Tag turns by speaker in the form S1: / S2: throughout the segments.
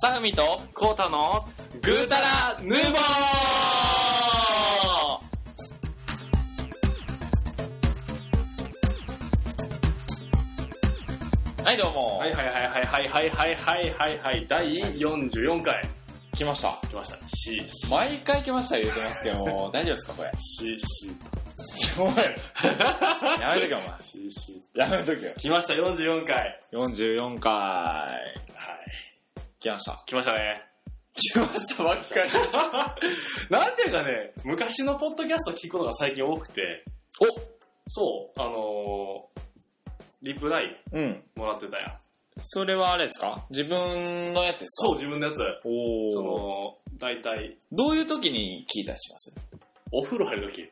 S1: タフミとコータのグータラヌーボーはいどうも、
S2: はいはいはいはいはいはいはいはいはいはい第44回
S1: 来ました
S2: 来ました。し、し、
S1: 毎回来ました言うてますけど大丈夫ですかこ れ
S2: し、し、
S1: おいやめとけお前
S2: し、し。
S1: やめとけよ
S2: 来ました44回。
S1: 44回
S2: はい。
S1: 来ました
S2: 来ましたね。
S1: 来ましたばっかり
S2: なんていうかね、昔のポッドキャスト聞くことが最近多くて、そう、あのー、リプライ
S1: おうん
S2: もらってたやん。
S1: それはあれですか自分のやつですか
S2: そう、自分のやつ。そ
S1: おお
S2: の、大体、
S1: どういう時に聞いたりします
S2: お風呂入るとき、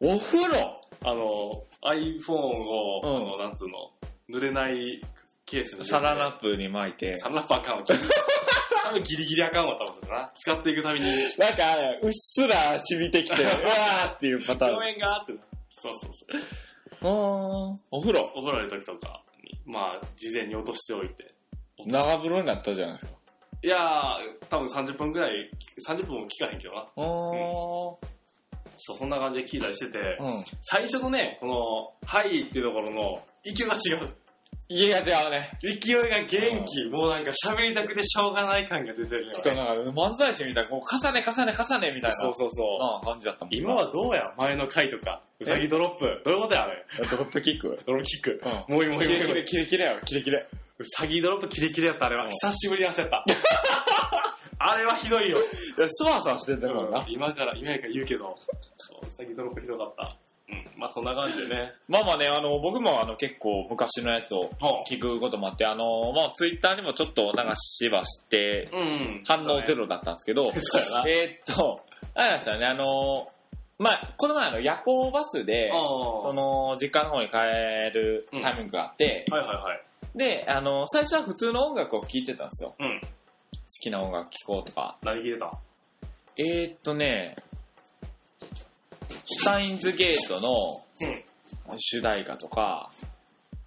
S1: お風呂
S2: あのー、iPhone を、
S1: うん
S2: あの、なんつうの、濡れないケースに入れて
S1: サランラップに巻いて。
S2: サンラップアカウント。多分ギリギリアカウントだったんですよな。使っていくたびに、
S1: なんか、うっすら染みて きて、うわーっていうパターン。
S2: 共演があって。そうそうそう。
S1: お風呂。
S2: お風呂の時とかに、まあ、事前に落としておいて。
S1: 長風呂になったじゃないですか。
S2: いやー、多分30分ぐらい、30分も聞かへんけどな。
S1: あー。
S2: そう、そんな感じで聞いたりしてて、
S1: うん。
S2: 最初のね、この、はいっていうところの、勢いが違 う。
S1: 家が違うね。
S2: 勢いが元気、もうなんか喋りたくてしょうがない感が出てるよ
S1: なんか、
S2: ね。
S1: 漫才師みたいな、こう、重ね重ね重ねみたいな。
S2: そうそうそう。
S1: うん感じだったもん。
S2: 今はどうや前の回とか、うさぎドロップ。どういうことやあれ
S1: ドロップキック
S2: ドロップキック。
S1: うん。
S2: もう今、もう
S1: キレキ
S2: 今
S1: レ、、キレキレやろ、キレキレ。
S2: うさぎドロップキレキレやったあれ
S1: うん
S2: は。久しぶりに焦った。 あれはひどいよ。
S1: スワスワしてたもんな。
S2: 今から、今から言うけど、そううさぎドロップひどかった。うん。まあそんな感じでね。
S1: まあまあね、あの、僕もあの、結構昔のやつを
S2: ほ
S1: 聞くこともあって、あの、まあ、ツイッターにもちょっと流しはして
S2: う。うん。
S1: 反応ゼロだったんですけど、
S2: そうやな
S1: えーっと、あれなんですよね、あの、まあ、この前あの夜行バスで、そ
S2: あ
S1: の、実家の方に帰るタイミングがあって、
S2: あ。はいはいはい。
S1: で、あの、最初は普通の音楽を聴いてたんですよ。
S2: うん。
S1: 好きな音楽聴こうとか。
S2: 何聞いてた
S1: えー、っとね、シュタインズゲートの
S2: うん。
S1: 主題歌とか、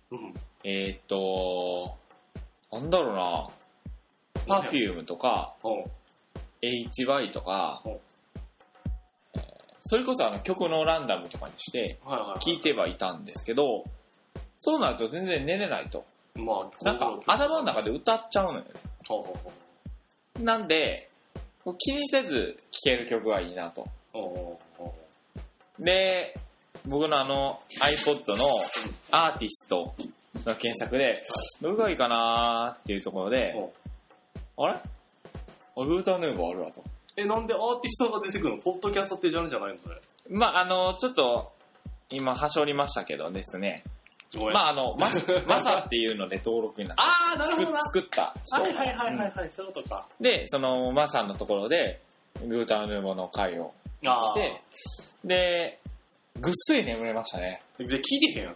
S2: うん。
S1: えー、っと、なんだろうな、パフュームとか、
S2: ほ
S1: HY とか
S2: ほ、
S1: それこそあの曲のランダムとかにして
S2: う。はいはいはい。
S1: 聞いてはいたんですけど、そうなると全然寝れないと。
S2: まあ、
S1: なんか頭の中
S2: で。
S1: で歌っちゃうのよ。
S2: ほうほうほう。
S1: なんで、こう気にせず聴ける曲がいいなと。
S2: ほうほうほ
S1: で、僕のあの iPod のアーティストの検索で、どこがいいかなーっていうところで
S2: ほ、
S1: あれあグーターヌーボーあるわと。
S2: うえ、なんでアーティストが出てくるのポッドキャストってジャンルじゃないのそれ。
S1: まあ、あの、ちょっと、今、はしょりましたけどですね。
S2: ごめん。
S1: ま
S2: あ、
S1: あ、あの、ま、まさっていうので登録になった。
S2: あー、なるほどな。
S1: 作った人。
S2: はいはいはいはいはい、そういうことか。
S1: うんで、その、まさのところで、グーターヌーボーの回を
S2: あ
S1: 聞いて、で、ぐっすり眠れましたね。
S2: じゃあ聞いて へんやん。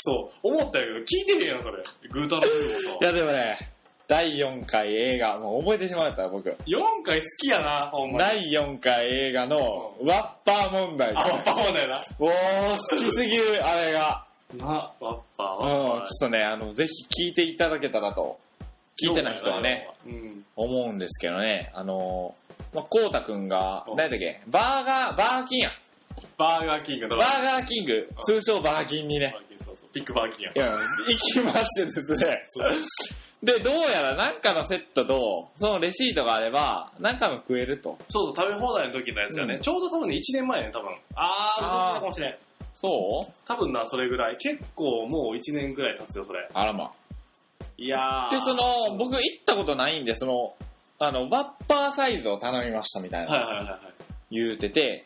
S2: そう、思ったんやけど、聞いてへんやん、それ。グータラブルー
S1: い
S2: と。
S1: や、でもね、第4回映画、もう覚えてしまった、僕。
S2: 4回好きやな、ほんまに。
S1: 第4回映画の、ワッパー問題。
S2: あ、ワッパーもだよ
S1: もう、好きすぎる、あれが。
S2: な。な、ワッパー、
S1: うん、ち
S2: ワ
S1: ょ
S2: ッ
S1: っとね、あの、ぜひ聞いていただけたらと。聞いてない人はね。
S2: パー。うん。
S1: 思うんですけどね、あのー、まあ、こうたくんが、
S2: うん
S1: 何だっけ、バーガー、バーキンや。
S2: バーガーキングだ
S1: バーガーキング、通称バーキンにね
S2: バ、ーキンそうそう。ビッグバーキンや
S1: い。や、行きましてですね。
S2: そう
S1: で、どうやらなんかのセットと、そのレシートがあれば、なんかも食えると。
S2: そうそう、食べ放題の時のやつやね。
S1: うん
S2: ちょうど多分ね、1年前やね、多分。あー、
S1: あー
S2: あかもしれん。
S1: そう
S2: 多分な、それぐらい。結構もう1年ぐらい経つよ、それ。
S1: あらま。
S2: いやー。
S1: で、その、僕行ったことないんで、その、あの、ワッパーサイズを頼みましたみたい
S2: はい
S1: な、
S2: はいはいはい。
S1: 言うてて、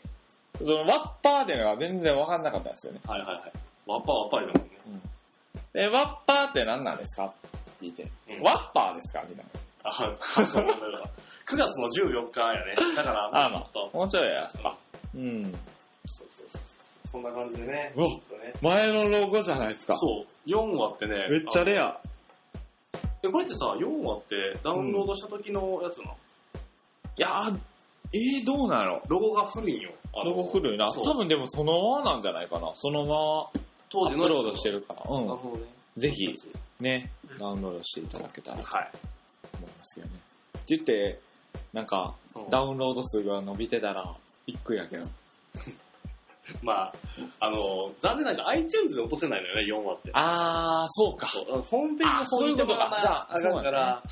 S1: そのワッパーっていうのが全然わかんなかったんですよね。
S2: はいはいはい。ワッパーワッパーだもんね。
S1: で、ワッパーって何なんですかって聞いて、
S2: うん
S1: ワッパーですかみたいな。
S2: あ、9月の14日やね。だから、
S1: あまあ
S2: ちょっと
S1: 面白いやっ
S2: あ
S1: ぱ。うん。
S2: そうそうそうそう。そんな感じでね。
S1: うわ
S2: そうね
S1: 前のロゴじゃないですか
S2: そう、4話ってね。あ
S1: ア。
S2: のえ、これってさ、4話ってダウンロードした時のやつなの、
S1: いやー、えー、どうなの
S2: ロゴが古いんよ。あの
S1: ロゴ古いな。
S2: そう
S1: 多分でもそのままなんじゃないかな。そのまま
S2: 当
S1: アッ
S2: 時
S1: プ
S2: の
S1: ロードしてるから。
S2: なる
S1: う
S2: ほどね。
S1: ん。ぜひ、ね、ダウンロードしていただけたら。
S2: はい。
S1: 思いますけどね。って言って、なんか、ダウンロード数が伸びてたら、びっくりやけど。
S2: まあ、あの、残念ながら iTunes で落とせないのよね、4話って。
S1: あー、そうか。
S2: そうホームページの
S1: あそういうことか
S2: ポイントが
S1: じゃあ
S2: 上がるか
S1: そうだ
S2: ら、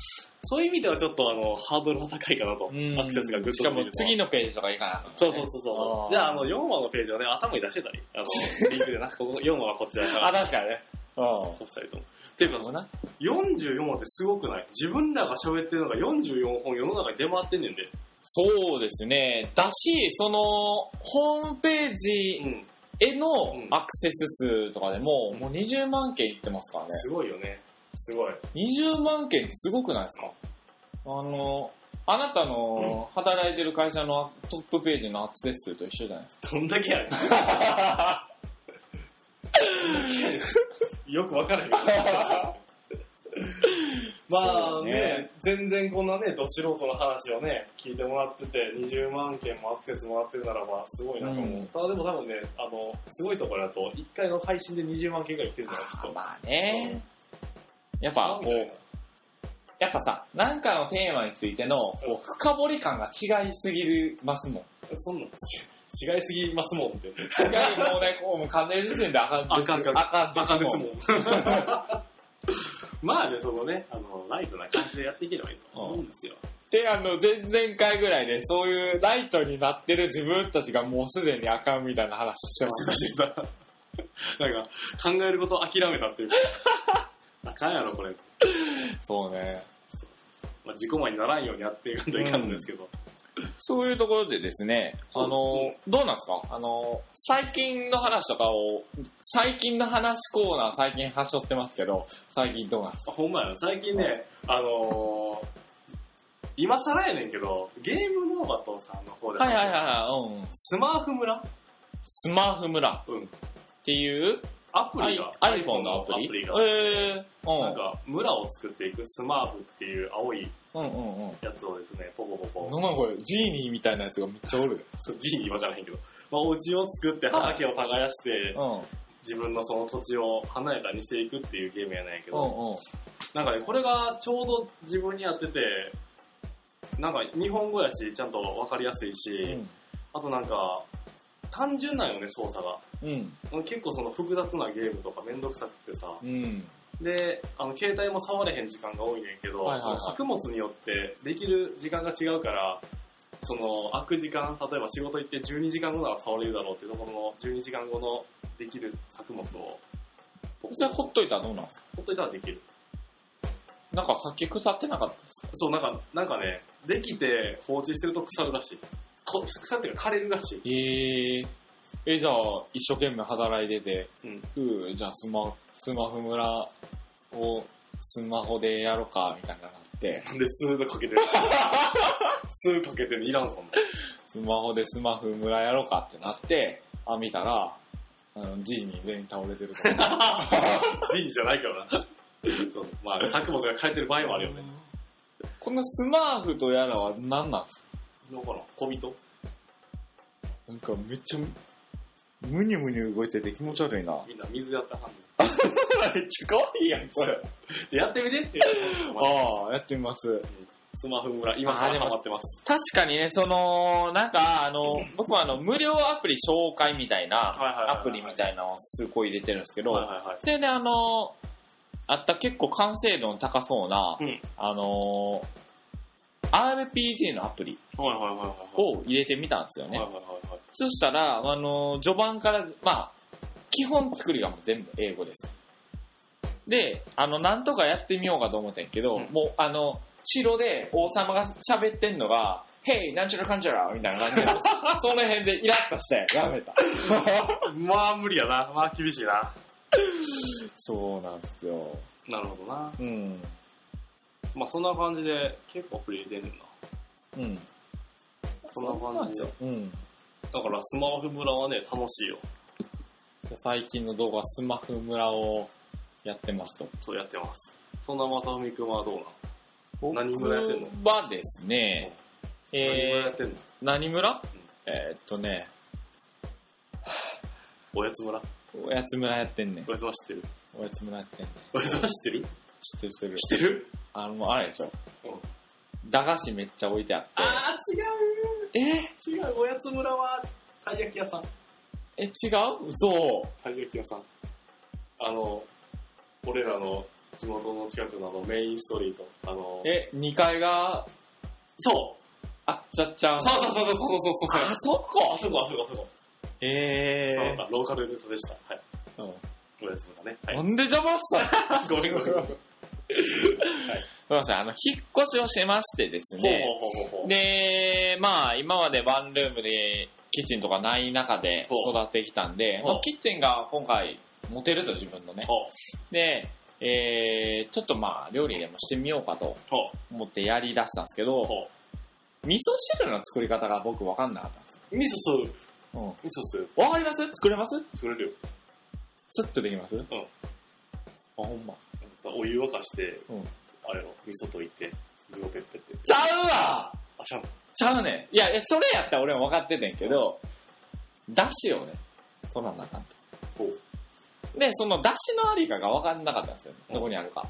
S2: そういう意味ではちょっとあの、ハードルは高いかなと。アクセスがぐっと
S1: しかも
S2: 伸びると
S1: 次のページとかいかなあかんからね
S2: そうそうそうそ
S1: あー
S2: う。じゃあ、あの、4話のページをね、頭に出してたり、あ の、リンクでな、ここ4話はこっちだから。
S1: あ、確かにね。う。
S2: そうしたりとも。ていうんか、
S1: な。
S2: 44話ってすごくない自分らが喋ってるのが44本世の中に出回ってんねんで。
S1: そうですね。だし、その、ホームページ
S2: ん。
S1: への
S2: うん
S1: アクセス数とかでも、もう20万件いってますからね。
S2: すごいよね。すごい。
S1: 20万件ってすごくないですかあの、あなたの働いてる会社のトップページのアクセス数と一緒じゃないですか。
S2: どんだけや るよくわからへん。 まあね
S1: ね
S2: 全然こんなね、ど素人の話をね、聞いてもらってて、20万件もアクセスもらってるならば、すごいなと思う。
S1: うん
S2: ただでも多分ね、あの、すごいところだと、1回の配信で20万件ぐらい来てるじゃないですか。
S1: まあね。やっぱ、こう、やっぱさ、なんかのテーマについての、こう深掘り感が違いすぎます もん。
S2: そんなん違いすぎますもんって。
S1: 違いもうね、こう、もう完全に時点であかん
S2: あかんあかん
S1: あかん、
S2: バカですも
S1: ん。
S2: ん。まあね、そのね、あの、ライトな感じでやっていければいいと思うんですよ。
S1: で、あの、前々回ぐらいで、そういうライトになってる自分たちがもうすでにあかんみたいな話してます。
S2: なんか、考えることを諦めたっていうか。 あかんやろ、これ。
S1: そうね。
S2: まあ、自己前にならんようにやっていかんといかんのですけど。
S1: そういうところでですね、あ
S2: そう
S1: の、どうなんですかあの、最近の話とかを、最近の話コーナー最近端折ってますけど、最近どうなんですか
S2: ほんまやな、最近ね、あのー今更やねんけど、ゲームノーバトさんの方で、
S1: はいはいはいはい、うん。
S2: スマーフ村
S1: スマーフ村
S2: うん。
S1: っていう
S2: アプリが、
S1: アイ iPhone のアプリ
S2: が、
S1: えー、うん
S2: なんか村を作っていくスマーフっていう青い
S1: うんうんうん。
S2: やつをですね、ポコポコ。
S1: なんかこれ、ジーニーみたいなやつがめっちゃおる。
S2: そう、ジーニーわからへんけど。まあ、お家を作って畑を耕して、
S1: うん。うん
S2: 自分のその土地を華やかにしていくっていうゲームやないけど、
S1: うん。
S2: なんかね、これがちょうど自分にやってて、なんか日本語やし、ちゃんとわかりやすいし、あとなんか、単純なんよね、操作が。
S1: うん。
S2: 結構その複雑なゲームとかめんどくさくてさ、
S1: うん。
S2: で、あの、携帯も触れへん時間が多いねんけど、
S1: はいはいはい
S2: その作物によってできる時間が違うから、その、空く時間、例えば仕事行って12時間後なら触れるだろうっていうところの12時間後のできる作物を、
S1: それほっといたらどうなんですか
S2: ほっといたらできる。
S1: なんかさっき腐ってなかったですか
S2: そう、なんか、なんかね、できて放置してると腐るらしい。こ腐るっていうか枯れるらしい。
S1: えー。え、じゃあ、一生懸命働いてて、
S2: うん
S1: うーじゃあスマ、スマホ村をスマホでやろうか、みたいなのがあって、
S2: なんで数がかけてる 数かけてるいらんそんな。
S1: スマホでスマホ村やろうかってなって、あ、見たら、あの、ジーニー全員倒れてるから。
S2: 人じゃないからな。そう、まあ、作物が枯れてる場合もあるよ ね。
S1: このスマーフとやらは何なんですか
S2: だから、小人
S1: なんかめっちゃ、むにゅむにゅ動いてて気持ち悪いな。
S2: みんな水やったはんねん
S1: めっちゃ可愛いやん、これ。
S2: じゃあやってみてって。
S1: ああ、やってみます。
S2: スマホ村、今
S1: あ
S2: 更
S1: でも
S2: ハマってます。
S1: 確かにね、その、なんか、あの、僕はあの、無料アプリ紹介みたいな、
S2: はいはいはいはい
S1: アプリみたいなのをすごい入れてるんですけど、
S2: はいはいはい。
S1: それであの、あった結構完成度の高そうな、
S2: うん
S1: あの、RPG のアプリ
S2: はいはいはいはい。
S1: を入れてみたんですよ
S2: はい
S1: ね。
S2: はいはいはい。
S1: そしたら、あの、序盤から、まあ、基本作りがもう全部英語です。で、あの、なんとかやってみようかと思ったんやけど、
S2: うん
S1: もう、あの、城で王様が喋ってんのが、ヘイ、なんちゃらかんちゃらみたいな感じで、 その辺でイラッとして、やめた。
S2: まあ無理やな。まあ厳しいな。
S1: そうなんですよ。
S2: なるほどな。
S1: うん。
S2: まあそんな感じで、結構アプリ入れてんねんな。
S1: うん。
S2: そんな感じで。
S1: うん。
S2: だからスマホ村はね、楽しいよ。
S1: 最近の動画、スマホ村をやってますと。
S2: そうやってます。そんなまさふみくんはどうなの
S1: 僕
S2: 何村やってんの
S1: はですね、
S2: 何村や
S1: え
S2: ってんの
S1: ー、何村えーっとね、
S2: おやつ村
S1: おやつ村やってんねん
S2: お。やつ村知ってる
S1: おやつ村やってんねん。
S2: おやつ村知ってる
S1: 知ってる知ってる。
S2: 知ってる
S1: あの、もうあれでしょ
S2: うん。
S1: 駄菓子めっちゃ置いてあって。
S2: あー、
S1: え
S2: 違う違う、おやつ村は、たい焼き屋さん。
S1: え、違う嘘。
S2: たい焼き屋さん。あの、俺らの地元の近くのあのメインストリート。あの、
S1: え、2階が、
S2: そう
S1: あっちゃっちゃん。
S2: そうそうそうそうそうそうそう
S1: あそ
S2: あ
S1: こ
S2: そこあそこあそこ。
S1: え
S2: あ
S1: え
S2: ローカルネタでした。はい。
S1: ーうん
S2: おやつ村ね。は。
S1: ないんで邪魔したの
S2: ごめん ごめん。ほう
S1: ごめんなさい、あの、引っ越しをしましてですね。
S2: ほうほうほうほう。
S1: で、まあ、今までワンルームでキッチンとかない中で
S2: ほう
S1: 育ってきたんで、
S2: ほう
S1: まあキッチンが今回持てると自分のね。
S2: ほう
S1: で、えー、ちょっとまあ、料理でもしてみようかと
S2: ほ
S1: 思ってやり出したんですけ
S2: う
S1: ど、
S2: ほ
S1: 味噌汁の作り方が僕わかんなかったんですよ。
S2: う。味噌スープ。
S1: うん
S2: 味噌スー
S1: わかります作れます
S2: プ。作れるよ。
S1: スッとできますうん。
S2: あ、
S1: ほんま。
S2: お湯沸かして、
S1: うん
S2: あれを味噌溶いて、具をペッペッペッ。
S1: ちゃうわ
S2: あ、しゃん。
S1: ちゃうねん。いや、えそれやったら俺も分かっててんけど、だしをね、取らなあかんと。
S2: ほう。
S1: で、そのだしのありかが分かんなかったんですよね。
S2: うん
S1: どこにあるか。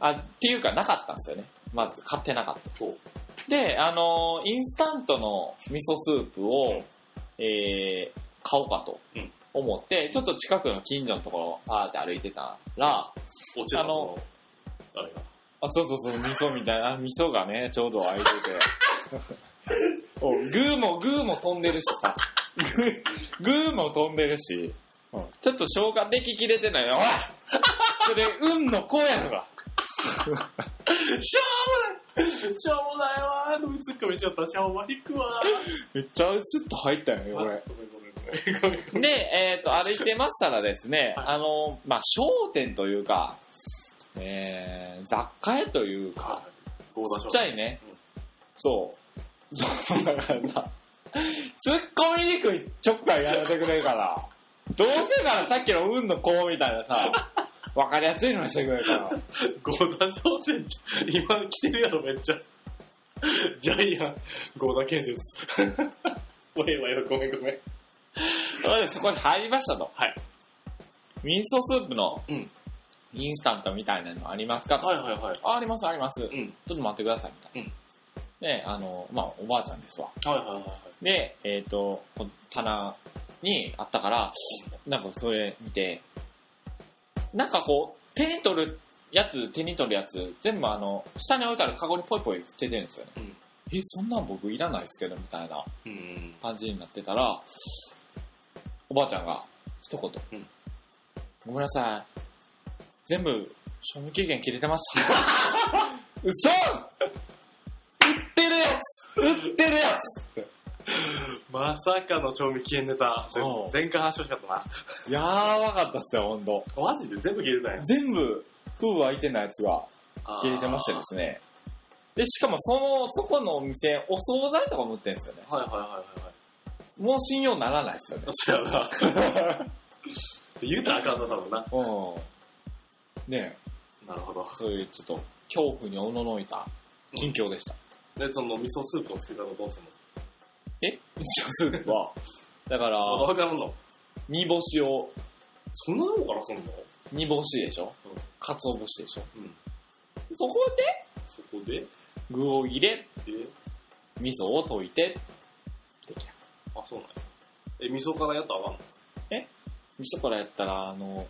S1: あ、っていうかなかったんですよね。まず、買ってなかった。
S2: ほう。
S1: で、あのーインスタントの味噌スープを、えー、買おうかと
S2: うん
S1: 思って、ちょっと近くの近所のところをパーって歩いてたら、
S2: 落ち
S1: あ
S2: る
S1: の
S2: の、そのあれが。
S1: あ、そうそうそう、味噌みたいな、あ味噌がね、ちょうど空い てて。おうグーも、グーも飛んでるしさ。グー、グーも飛んでるし。うんちょっと消化でききれてないよ。おいそれ、運の子やのが。
S2: しょうもないしょうもないわー飲みツッコミしちゃった。しょうも引くわ
S1: めっちゃスッと入ったよね、
S2: ー
S1: これ。
S2: ごめんごめんごめん。ごめんごめん。
S1: で、えっ、と、歩いてましたらですね、
S2: はい
S1: あの、まあ、商店というか、えー、雑貨屋というか、
S2: ゴー
S1: ち
S2: ダシ
S1: っ
S2: ョ
S1: ちゃいね
S2: うん。
S1: そう。そう、だからさ、突っ込みにくいちょっかいやめてくれるから、どうせならさっきの運の子みたいなさ、わかりやすいのにしてくれるから。
S2: ゴーダ商店じゃ、今来てるやろ、めっちゃ。ジャイアン、ゴーダ建設。 わいわいの、ごめんごめん。
S1: それでそこに入りましたと。
S2: はい。
S1: 味噌スープの
S2: うん
S1: インスタントみたいなのありますかと。
S2: はいはいはい。
S1: あ、ありますあります。
S2: うん。
S1: ちょっと待ってください、みたいな。で、あの、まあ、おばあちゃんですわ。
S2: はいはいはいはい。
S1: で、えっ、と、この棚にあったから、なんかそれ見て、なんかこう、手に取るやつ、手に取るやつ、全部あの、下に置いたらカゴにポイポイ捨ててるんですよね。
S2: うん
S1: え、そんなん僕いらないですけど、みたいな
S2: うん。
S1: 感じになってたら、おばあちゃんが一言、
S2: うん
S1: ごめんなさい。全部、賞味期限切れてま した。嘘売ってるやつ売ってるや
S2: まさかの賞味期限ネタ。ぜ
S1: うん
S2: 前回話してほしかったな。
S1: つやばかったっすよ、ほんと。
S2: マジで全部消えてたんや
S1: 全部、封開いてないやつが消えてましてですね。で、しかもその、そこのお店、お惣菜とかも売ってるんですよね。
S2: はいはいはいはいはい。
S1: もう信用ならないですよね。
S2: そうや な。言うたらあかんな、多分な。
S1: うん。ねえ
S2: なるほど。
S1: そういうちょっと、恐怖におののいた近況でした。
S2: で、その味噌スープをつけたのどうする
S1: え味噌スープは、だ か
S2: の
S1: ら、
S2: わかるの
S1: 煮干しを、
S2: そんなのからそんの
S1: 煮干しでしょ
S2: うん
S1: かつお節でしょ
S2: うん。
S1: そこで、
S2: そこで、
S1: 具を入れ、
S2: え、
S1: 味噌を溶いて、できた。
S2: あ、そうなんや。え、味噌からやったらあかんの
S1: 味噌からやったら、あの、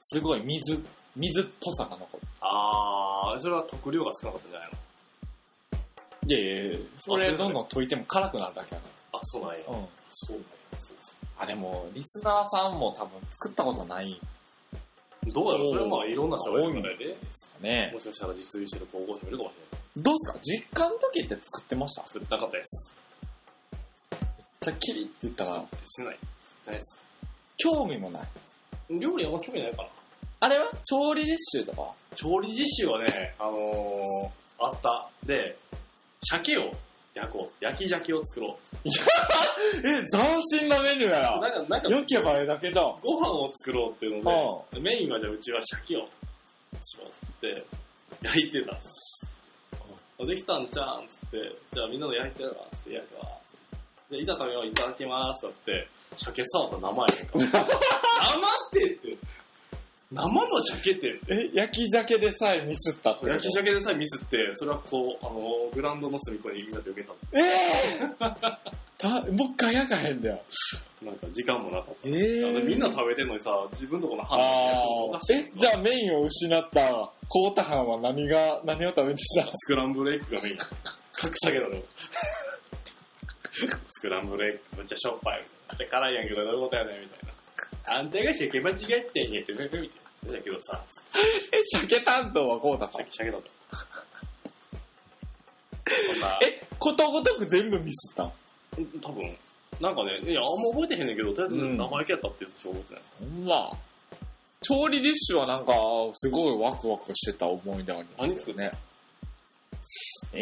S1: すごい水、水っぽさが残る。
S2: あー、それは特量が少なかったんじゃないの
S1: いやいやいやそ
S2: あ
S1: れ
S2: そうですね
S1: どんどん溶いても辛くなるだけやか
S2: あ、そうなんや。
S1: ら。うん。
S2: そうなんや。そうか
S1: あ、でも、リスナーさんも多分作ったことないんで
S2: どうやろうそれはまあいろんな人がいるからやです
S1: かね。
S2: もしかしたら自炊してる高校生もいるかもしれない。
S1: どうっすか実家の時って作ってました
S2: 作ってなかったです。
S1: さっきりって言ったら、
S2: してない。ないです。
S1: 興味もない。
S2: 料理あんま興味ないかな。
S1: あれは調理実習とか
S2: 調理実習はね、あのー、あった。で、鮭を焼こう。焼き鮭を作ろ
S1: え、斬新なメニューやな。
S2: う。なんか、なんか、
S1: 良けばええだけじゃん。
S2: ご飯を作ろうっていう
S1: う
S2: ので、メインはじゃあうちは鮭をしようって言って、焼いてたっす。できたんちゃうんっつって、じゃあみんなで焼いてやるわっつって焼くわ。で、いざ食べよう、いただきますだって、鮭サラダ生やねんか。生ってって。生の鮭って、
S1: え、焼き鮭でさえミスったってこと
S2: 焼き鮭でさえミスって、それはこう、あの、グラウンドの隅っこにみんなで受けたの
S1: ええ た、もう一回焼かへんだよ。
S2: なんか時間もなかっ
S1: え
S2: た。あの
S1: え
S2: みんな食べてんのにさ、自分のとこの
S1: あ
S2: 歯
S1: あー。え、じゃ
S2: あ、
S1: あメインを失った、コータハンは何が、 何を食べてた
S2: スクランブルエッグがメイン。格下げだね。 スクランブルエッグ、めっちゃしょっぱい。めっちゃ辛いやんけど、どういうことやねんみたいな。あんたが鮭間違ってんやって、みたいな。だけどさ、
S1: え、鮭担当はコータさん
S2: 鮭。鮭だと。そんな
S1: え、ことごとく全部ミスったん
S2: 多分なんかね、いや、あんま覚えてへんねんけど、とりあえず
S1: うん
S2: 生意気やったっていうのしか覚えてない。
S1: ほんま。調理ディッシュはなんか、すごいワクワクしてた思い出ありますけどね。え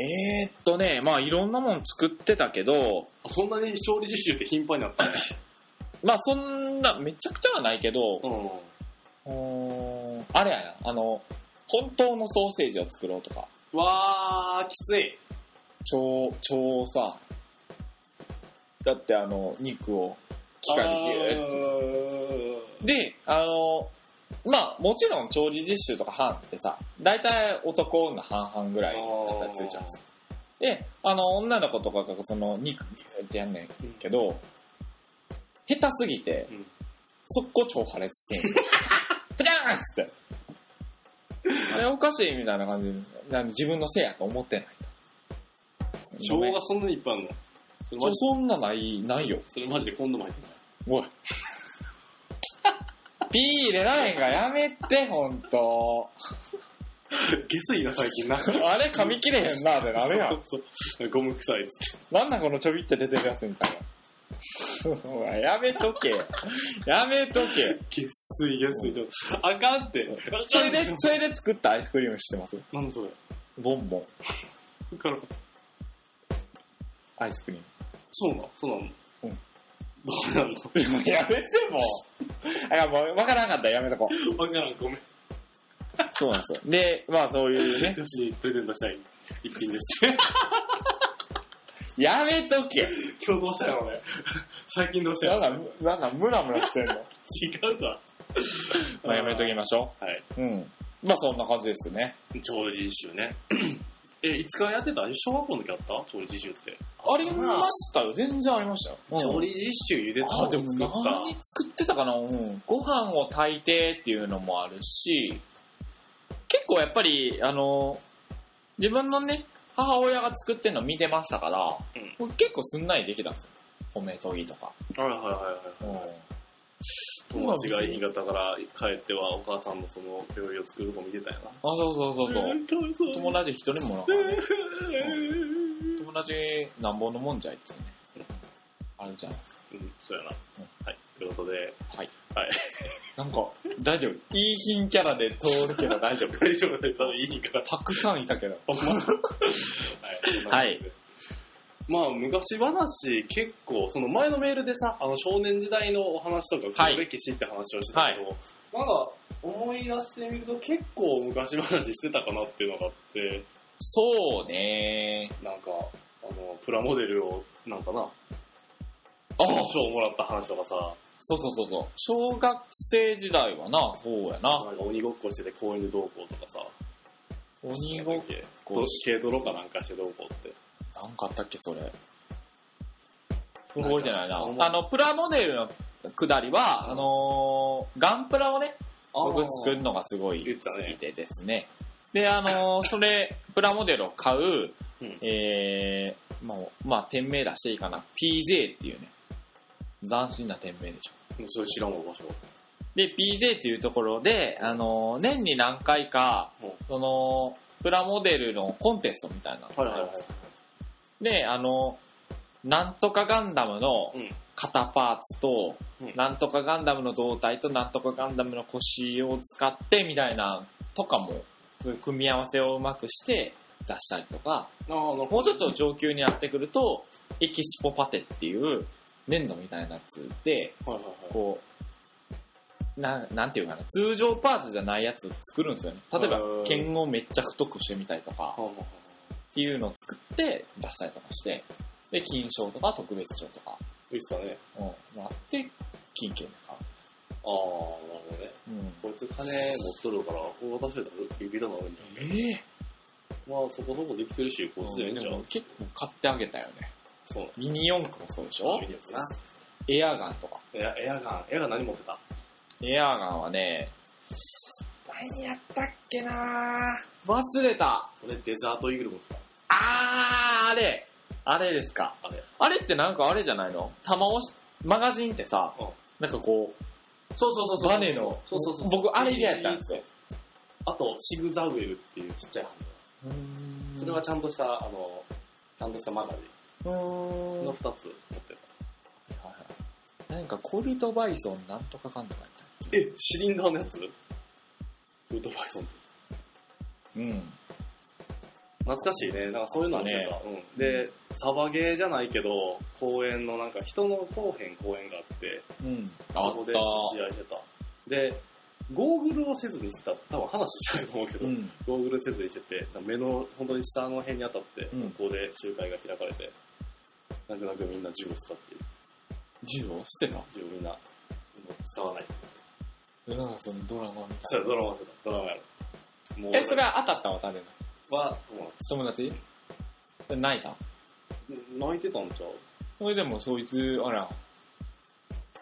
S1: ー、っとね、まあいろんなもん作ってたけど、
S2: あそんなに勝利実習って頻繁になったね。
S1: まあそんな、めちゃくちゃはないけど、
S2: うん。
S1: うーん、あれやな、あの、本当のソーセージを作ろうとか、
S2: わー、きつい。
S1: 超、超さ、だってあの、肉を機械でギューッと。で、あの、まあもちろん調理実習とか班ってさ、大体男女半々ぐらいだったりするじゃん。で、あの、女の子とかがその肉ギューってやんねん
S2: うん
S1: けど、下手すぎて
S2: うん、
S1: 速攻超破裂 してんよパチャーンっつって。あれおかしいみたいな感じで、なんか自分のせいやと思ってないと。
S2: 生
S1: ごめん
S2: 姜そんなにいっぱいあるのそれ
S1: ち
S2: マ
S1: ょ、
S2: ジ
S1: そんなない、ないよ。
S2: それマジで今度も入ってない。
S1: おい。ピー入れらへんがやめて、ほんと。
S2: 下水な最 近な。
S1: あれ噛み切れへんな、ってなるやん。
S2: そうそうゴム臭いっつって。
S1: なんだこのちょびって出てるやつみたいな。 お前やめとけ。やめとけ。
S2: 下水、下水。ちょっとあかんって。
S1: それで、それで作ったアイスクリーム知ってます
S2: なんだそれ。
S1: ボンボン。
S2: だから、
S1: アイスクリ
S2: そうなのそうなの
S1: うん。
S2: どうなんの
S1: ーム。 やめてもう。あ、もう、わからなかったらやめとこう。
S2: わからん、ごめん。
S1: そうなんですよ。で、まあそういう ね。
S2: 女子にプレゼントしたい一品です。
S1: やめとけ。
S2: 今日どうしたよ、俺。最近どうした
S1: なん
S2: よ。
S1: か、なんかムラムラしてんの。
S2: 違うか。
S1: まあやめときましょ
S2: はい。
S1: う。うん。まあそんな感じですね。
S2: 調理実習 ね。え、いつからやってた小学校の時あった調理実習って。
S1: ありましたよ。全然ありましたよ。
S2: 調理実習茹でた
S1: あ、でも
S2: 作った
S1: 何。作ってたかな、うん、ご飯を炊いてっていうのもあるし、結構やっぱり、あの、自分のね、母親が作ってるの見てましたから、もう結構すんなりできたんですよ。米研ぎとか。
S2: はいはいはいはい。
S1: うん
S2: 友達が新潟から帰ってはお母さんのその料理を作る子見てたよな。
S1: あ、そうそうそうそう。
S2: そう
S1: 友達一人もなんかね、友達なんぼのもんじゃいっつうね。あるじゃないですか。
S2: うん、そうやな
S1: うん。
S2: はい。ということで、
S1: なんか、大丈夫。いい品キャラで通 るけど大丈夫。
S2: 大丈夫だよ。多分いいから。
S1: たくさんいたけど。
S2: は。まあ、昔話、結構、その前のメールでさ、あの、少年時代のお話とか、
S1: はい
S2: 黒歴史って話をしてたけど、なんか、思い出してみると結構昔話してたかなっていうのがあって、
S1: そうね
S2: なんか、あの、プラモデルを、なんかな、
S1: あ
S2: 賞をもらった話とかさ、
S1: そうそうそうそう。小学生時代はな、そうやな。
S2: なんか鬼ごっこしてて公園でどうこうとかさ。
S1: 鬼ごっ
S2: ど
S1: こし
S2: 軽泥かなんかしてどうこうって。
S1: なんかあったっけ、それ。覚えてないな。
S2: なん
S1: あ
S2: か
S1: の、プラモデルのくだりは、
S2: うん
S1: あのーガンプラをね、僕作るのがすごい
S2: 言ってた
S1: 好
S2: ね
S1: きでですね。で、あの ーそれ、プラモデルを買う、
S2: うん
S1: えー、もう、まあ、店名出していいかな。PJ っていうね、斬新な店名でしょ。
S2: もうそれ知らんわ、場所。
S1: で、PJ っていうところで、あの、年に何回か
S2: うん、
S1: その、プラモデルのコンテストみたいなのがあります。で、あの、なんとかガンダムの
S2: うん
S1: 肩パーツと、
S2: うん
S1: なんとかガンダムの胴体と、なんとかガンダムの腰を使って、みたいな、とかも、そういう組み合わせをうまくして出したりとか、
S2: ああ、なる
S1: も
S2: ほ
S1: うちょっと上級になってくると、エキスポパテっていう粘土みたいなやつで、
S2: ど。はいはいはい。
S1: こう、なん、なんていうかな、通常パーツじゃないやつ作るんですよね。例えば
S2: へー、
S1: 剣をめっちゃ太くしてみたりとか、
S2: は
S1: っていうのを作って出したりとかして、で、金賞とか特別賞とか、
S2: いはい。言ってたね。
S1: うん、もらって、金券とか。
S2: ああー、なるほどね。
S1: うん。
S2: こいつ金持っとるから、こう渡してたらビビらなるんじゃん。
S1: ええ
S2: まあそこそこできてるし、こいつでええんちゃう
S1: 結構買ってあげたよね。
S2: そうな
S1: ミニ四駆もそうでしょ
S2: の。ミニオンかな。
S1: エアガンとか。
S2: エアエアガン、エアガン何持ってた
S1: エアガンはね、何やったっけなぁ忘れた。
S2: 俺デザートイーグル持ってた。
S1: あー、あれ。あれですか。
S2: あれ。
S1: あれってなんかあれじゃないの弾をし、マガジンってさ、
S2: うん
S1: なんかこ
S2: そうそう
S1: う、
S2: そう
S1: バネの、
S2: そうそうそう。
S1: 僕あれ嫌やったんですよ。
S2: あと、シグザウェルっていうちっちゃいハンド。それはちゃんとした、あの、ちゃんとしたマガジ
S1: うー
S2: ン
S1: ん
S2: の2つ持って
S1: なんかコルトバイソンなんとかかんとかやった
S2: た。え、シリンダーのやつウルトバイソン。
S1: うん。
S2: 懐かしいね。なんかそういうのはね、うん。で、サバゲーじゃないけど、公園のなんか人のこうへん公園があって、
S1: うん。
S2: そこで試合してた。で、ゴーグルをせずにしてた。多分話したいと思うけど、
S1: うん。
S2: ゴーグルせずにしてて、目の本当に下の辺に当たって、
S1: うん
S2: ここで集会が開かれて、泣く泣くみんな銃を使っている、
S1: 銃を捨てた
S2: 銃をみんなもう使わない。
S1: なんかそのドラマみ
S2: そしたらドラマだドラマやる。もう
S1: え、それは当たったの誰の
S2: は、も
S1: 友達泣いた
S2: う泣いてたんちゃう
S1: それでもそいつ、あら、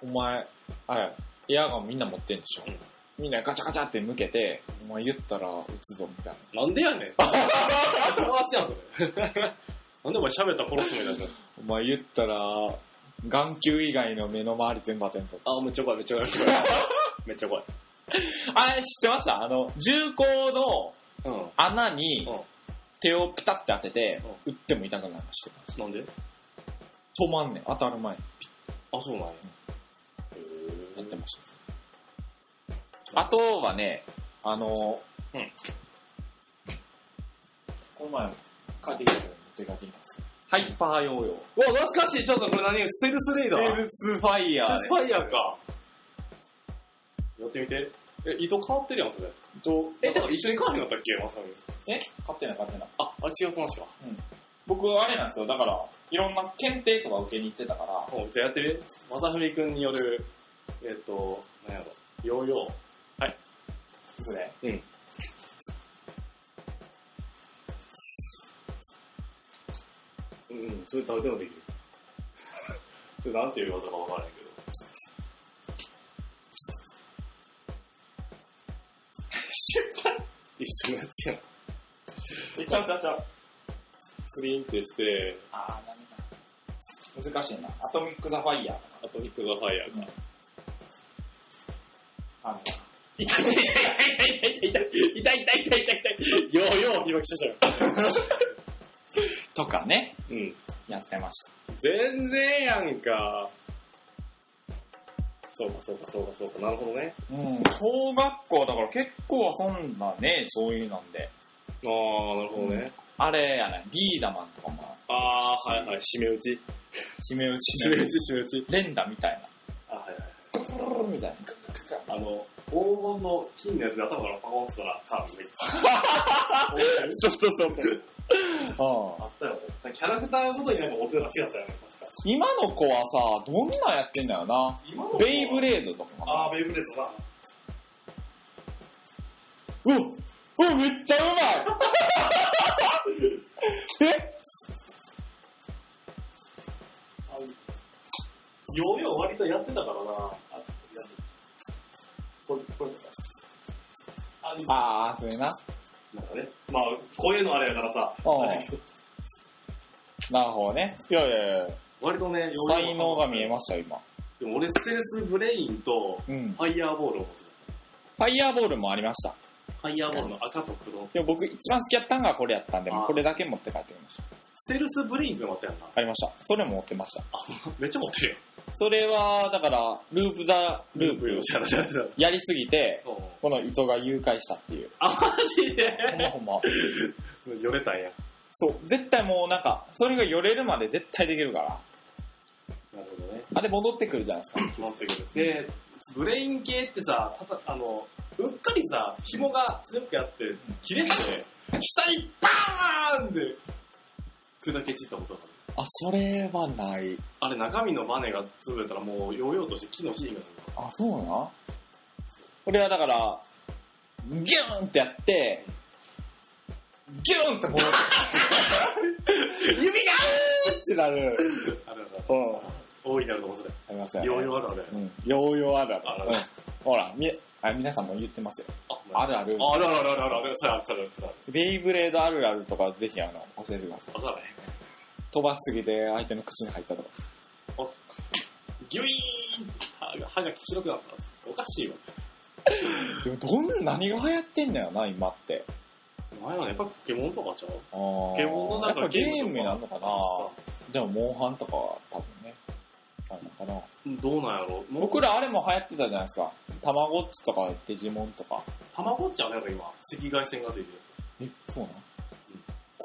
S1: お前、あれ、エアガンみんな持ってんでしょ、
S2: うん
S1: みんなガチャガチャって向けて、お前言ったら撃つぞみたい
S2: なんで やねん友達やん、それ。なんでお前喋ったら殺すみたいな。
S1: な。お前言ったら、眼球以外の目の周り全部当てんぞ。
S2: あ、めっちゃ怖い、めっちゃ怖い、めっちゃ怖い。めっちゃ怖い。
S1: あれ知ってましたあの、銃口の
S2: うん。
S1: 穴に
S2: うん
S1: 手をピタって当てて、撃っても痛くなりました。
S2: なんで
S1: 止まんねん、当たる前に。
S2: あ、そうなんや。
S1: やって
S2: へ
S1: ました、あとはね、あの、
S2: うん
S1: この前、カーディガン持って帰ってきたんですよハイパーヨーヨー。
S2: ーうわ、懐かしい。ちょっとこれ何セルスレイダー。
S1: セルスファイヤー
S2: スパイヤーか。やってみて。え、糸変わってるやん、それ。
S1: と
S2: え、てか一緒に変わへんかったっけまさみ。
S1: え勝手な勝手な。
S2: あ、あれ違う話か。
S1: 僕、あれなんですよ。だから、いろんな検定とか受けに行ってたから、
S2: うん、じゃあやってみまさふみくんによる、えっ、と、なんやろ、ヨーヨ
S1: それ。
S2: ー。うん。うん、それ誰でもできる。 それなんていう技かわからないけど。 一緒のやつやん。
S1: え、ちゃうちゃうちゃう。
S2: クリーンってして、
S1: あー、ダメだ。難しいな。アトミック・ザ・ファイヤーとか。
S2: アトミックザファイヤーか。
S1: あの、
S2: 痛い痛い痛い痛い痛い痛い痛い痛い痛い痛い痛い痛いようよう被爆者じゃ
S1: とかね、
S2: ん。うん。
S1: やってました。
S2: 全然やんか。そうかそうかそうかそうか。なるほどね。
S1: うん、小学校だから結構遊んだね、そういうなんで。
S2: ああ、なるほどね。
S1: あれやね、ビーダマンとかも、
S2: ああ、はいはい。締め打ち。
S1: 締め打ち
S2: 締め
S1: の
S2: 打ち、締め打ち。
S1: 連打みたいな。
S2: あはいはい。
S1: プルルルみたいな。
S2: あの、黄金の金のやつで頭からパコンってたら、カーブで。そうそうそう。あったよ。キャラクターごとになんか持ってるらしいやつやね、確か。
S1: 今の子はさ、どんなんやってんだよな。
S2: 今の
S1: ベイブレードとかかな。
S2: ああ、ベイブレードな。
S1: うわうわめっちゃうまいえ
S2: ヨーヨー割とやってたからな。あ、これ、これ。あ、なん
S1: あー、それな。
S2: かね。まあ、こういうのあれやからさ。
S1: うん。なるほどね。いやいやいや、
S2: 割とね、ヨーヨー
S1: 才能が見えました、今。
S2: でも俺、ステルスブレインと、
S1: うん。
S2: ファイヤーボールを持って
S1: ファイヤーボールもありました。
S2: たファイヤーボールの赤と黒。
S1: でも僕一番好きやったんがこれやったんで、
S2: あー
S1: もうこれだけ持って帰ってきました。
S2: ステルスブレインってのもあったやんな。
S1: ありました。それも持ってました。
S2: めっちゃ持ってるよ。
S1: それは、だから、ループザ、ループ、
S2: じゃなじゃなじゃな。
S1: やりすぎて、
S2: うん
S1: この糸が誘拐したっていう。
S2: あ、マジで
S1: ほんまほんま。
S2: よれたんや。
S1: そう、絶対もうなんか、それが寄れるまで絶対できるから。
S2: なるほどね。
S1: あれ戻ってくるじゃないですか。
S2: 決まってくる。で、ブレイン系ってさ、ただ、あの、うっかりさ、紐が強くやって、切れて、下にバーンって、砕け散ったことがある。
S1: あ、それはない。
S2: あれ、中身のバネが潰れたらもう、ヨーヨーとして機能しいんがなる
S1: あ、そうな俺はだから、ギューンってやって、ギューンってこう、 指がーってなる。
S2: あるある。
S1: うん。
S2: 大いなると思うそれ。
S1: ありますよね。
S2: ヨーヨーあるある。
S1: うん。ヨーヨーあるあ
S2: あ
S1: る。
S2: る
S1: うんほら、み、あ、皆さんも言ってますよ。あるある。
S2: あるあるあるあるある。それあるそれあるそれある。
S1: ベイブレードあるあるとかぜひあの、教えてください。
S2: わからへん。
S1: 飛ばしすぎて相手の口に入ったとか。
S2: ギュイーン歯が歯が白くなった。おかしいわ。
S1: でもどん、何が流行ってんだよな、今って。
S2: お前はね、やっぱポケモンとかちゃう
S1: あー
S2: ポケモンの
S1: やっ
S2: 中
S1: ぱゲームになるのかな
S2: さ
S1: でも、モンハンとかは多分ね、あれなのかな。
S2: どうなんやろう
S1: 僕らあれも流行ってたじゃないですか。たまごっちとかデジモンとか。
S2: たまごっちはね、なんか今、赤外線がついてるや
S1: え、そうなの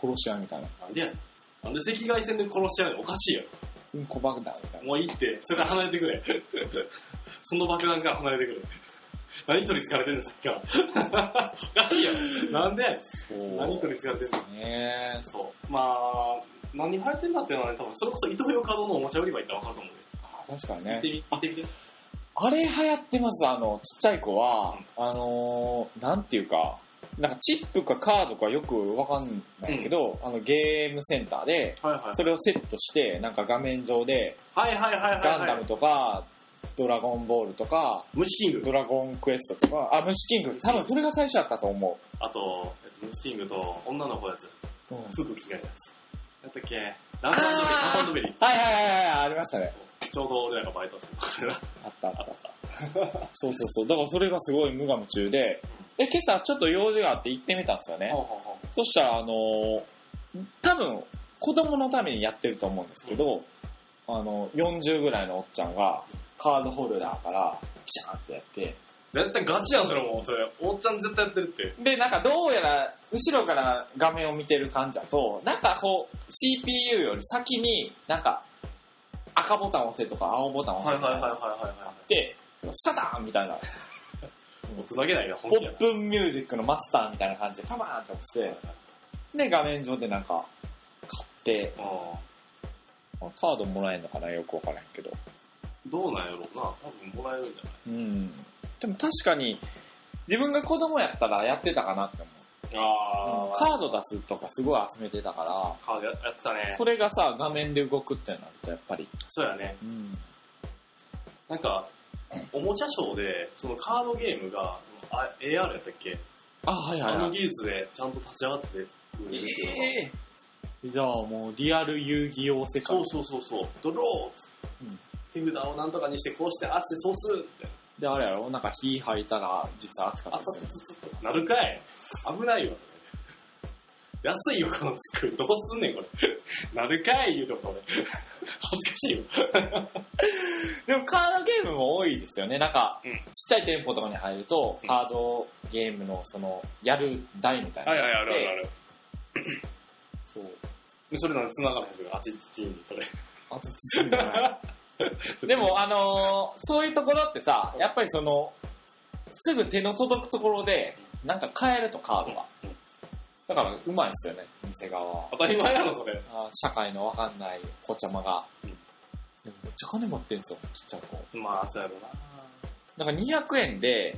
S1: 殺し合いみたいな。
S2: つ。なんでやねん。なんで赤外線で殺し合うのおかしいや
S1: うんこ爆弾みたい
S2: ろ。
S1: な。
S2: もういいって、それから離れてく れ。その爆弾から離れてくれ。何取りつかれてんのさっきから。 おかしいやろ。なんでやねん
S1: そう
S2: 何取りつかれてんの
S1: ねえ。
S2: そう。まあ、何入ってんだっていうのはね、多分それこそ伊東洋華堂のおもちゃ売り場行ったらわかると思うで。
S1: あ確かに
S2: 行
S1: ね
S2: って。み、行ってみて。
S1: あれ流行ってます、あの、ちっちゃい子は、あのー、なんていうか、なんかチップかカードかよくわかんないけど、あのゲームセンターで、
S2: はいはい。
S1: それをセットして、なんか画面上で、
S2: はいはいはいはい、はい。
S1: ガンダムとか、ドラゴンボールとか、
S2: ムシキング。
S1: ドラゴンクエストとか、あ、虫キング、多分それが最初だったと思
S2: あと、えっとムシキングと女の子のやつ。
S1: う。うん
S2: 服着替えるやつ。やったっけランタンドベリー、ランタンドベリー。
S1: はいはいはいはい、ありましたね。
S2: そうちょうど俺らがバイトしてたから。
S1: あったあった。そうそうそう。だからそれがすごい無我夢中で、で、今朝ちょっと用事があって行ってみたんですよ ね。
S2: ほうほうほう
S1: そしたら、あのー多分、子供のためにやってると思うんですけど、あの、40ぐらいのおっちゃんが、カードホルダーから、ピチャーンってやって、
S2: 絶対ガチやん、それもう。それ、おっちゃん絶対やってるって。
S1: で、なんかどうやら、後ろから画面を見てる感じだと、なんかこう、CPU より先に、なんか、赤ボタン押せとか青ボタン押
S2: はい
S1: せ
S2: はい
S1: とか、
S2: はいはいはいは
S1: で、スタダーンみたいな、
S2: い。もう繋げないな、本
S1: ポ
S2: 気や
S1: ッ
S2: な。
S1: プンミュージックのマスターみたいな感じで、パパーンって押して、で、画面上でなんか、買って、カードもらえるのかなよくわからへんけど。
S2: うんどうなんやろうな。多分もらえるんじ
S1: うん。でも確かに、自分が子供やったらやってたかなって思う。
S2: ゃないあ
S1: カード出すとかすごい集めてたから、
S2: カードややってたね
S1: そ。れがさ、画面で動くってなるとやっぱり。
S2: そうやね。
S1: うん。
S2: なんか、おもちゃショーで、そのカードゲームが、そのあ AR やったっけ
S1: あ、はいはい
S2: あ
S1: は
S2: の
S1: い。
S2: 技術でちゃんと立ち上がってくれるっていうのが。
S1: えーじゃあもうリアル遊戯王世界。
S2: そうそうそうそう。ドロー、
S1: うん
S2: 手札をなんとかにして、こうして、ああして、そうすって。
S1: で、あれやろなんか火吐いたら実際熱かった
S2: あ
S1: り
S2: つ
S1: す
S2: つ
S1: る。
S2: つつつなるかい危ないよ、それ。安いよ、この作り。どうすんねん、これ。なるかい言うてもこれ。恥ずかしいよ。
S1: でもカードゲームも多いですよね。なんか、
S2: うん
S1: ちっちゃい店舗とかに入ると、
S2: うん
S1: カードゲームのその、やる台みたいなのがあって。
S2: る。
S1: そう。
S2: でそれなんで繋がらへんけど、あちちちん、それ。
S1: あと包んでないでも、あのーそういうところってさ、やっぱりその、すぐ手の届くところで、なんか買えるとカードが。だから、うまいですよね、店側は
S2: 当。たり前やろ、それ。
S1: あー社会のわかんないおちゃまが。
S2: うん
S1: でもめっちゃ金持ってんすよ、ちっちゃい子。
S2: まあ、そうやろ
S1: なんか200円で、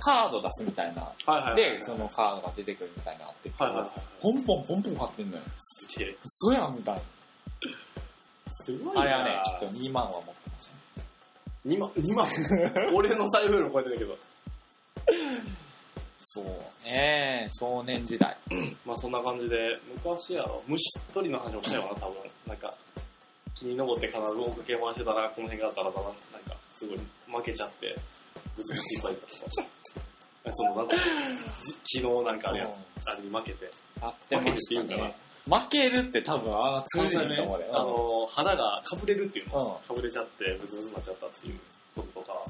S1: カード出すみたいな。
S2: な。はいはいはい。
S1: で、その、カードが出てくるみたいなのあって、
S2: はいはいはい。
S1: ポンポンポンポン買ってんのよ。
S2: すげえ。
S1: 嘘やん、みたいな。
S2: すごいな
S1: あれはね、きっと2万は持ってましたね。
S2: 2万、2万。俺の財布よりも超えてるけど。
S1: そうね、少年時代。
S2: まあそんな感じで、昔やろ、虫取りの話もしたよな、多分。なんか、木に登って必ず追っかけ回してたら、この辺がダラダラ、なんか、すごい負けちゃって、ぶつぶついっぱいだった。 その、なんか、じ昨日なんかあれや、
S1: うん
S2: あれに負けて、
S1: あってました
S2: 負けるって言
S1: ね。負けるって多分、ああ、通じると思う
S2: あ
S1: よ。
S2: の、花が被れるっていうの、
S1: うん。
S2: 被れちゃって、ぶつぶつになっちゃったっていうこととか、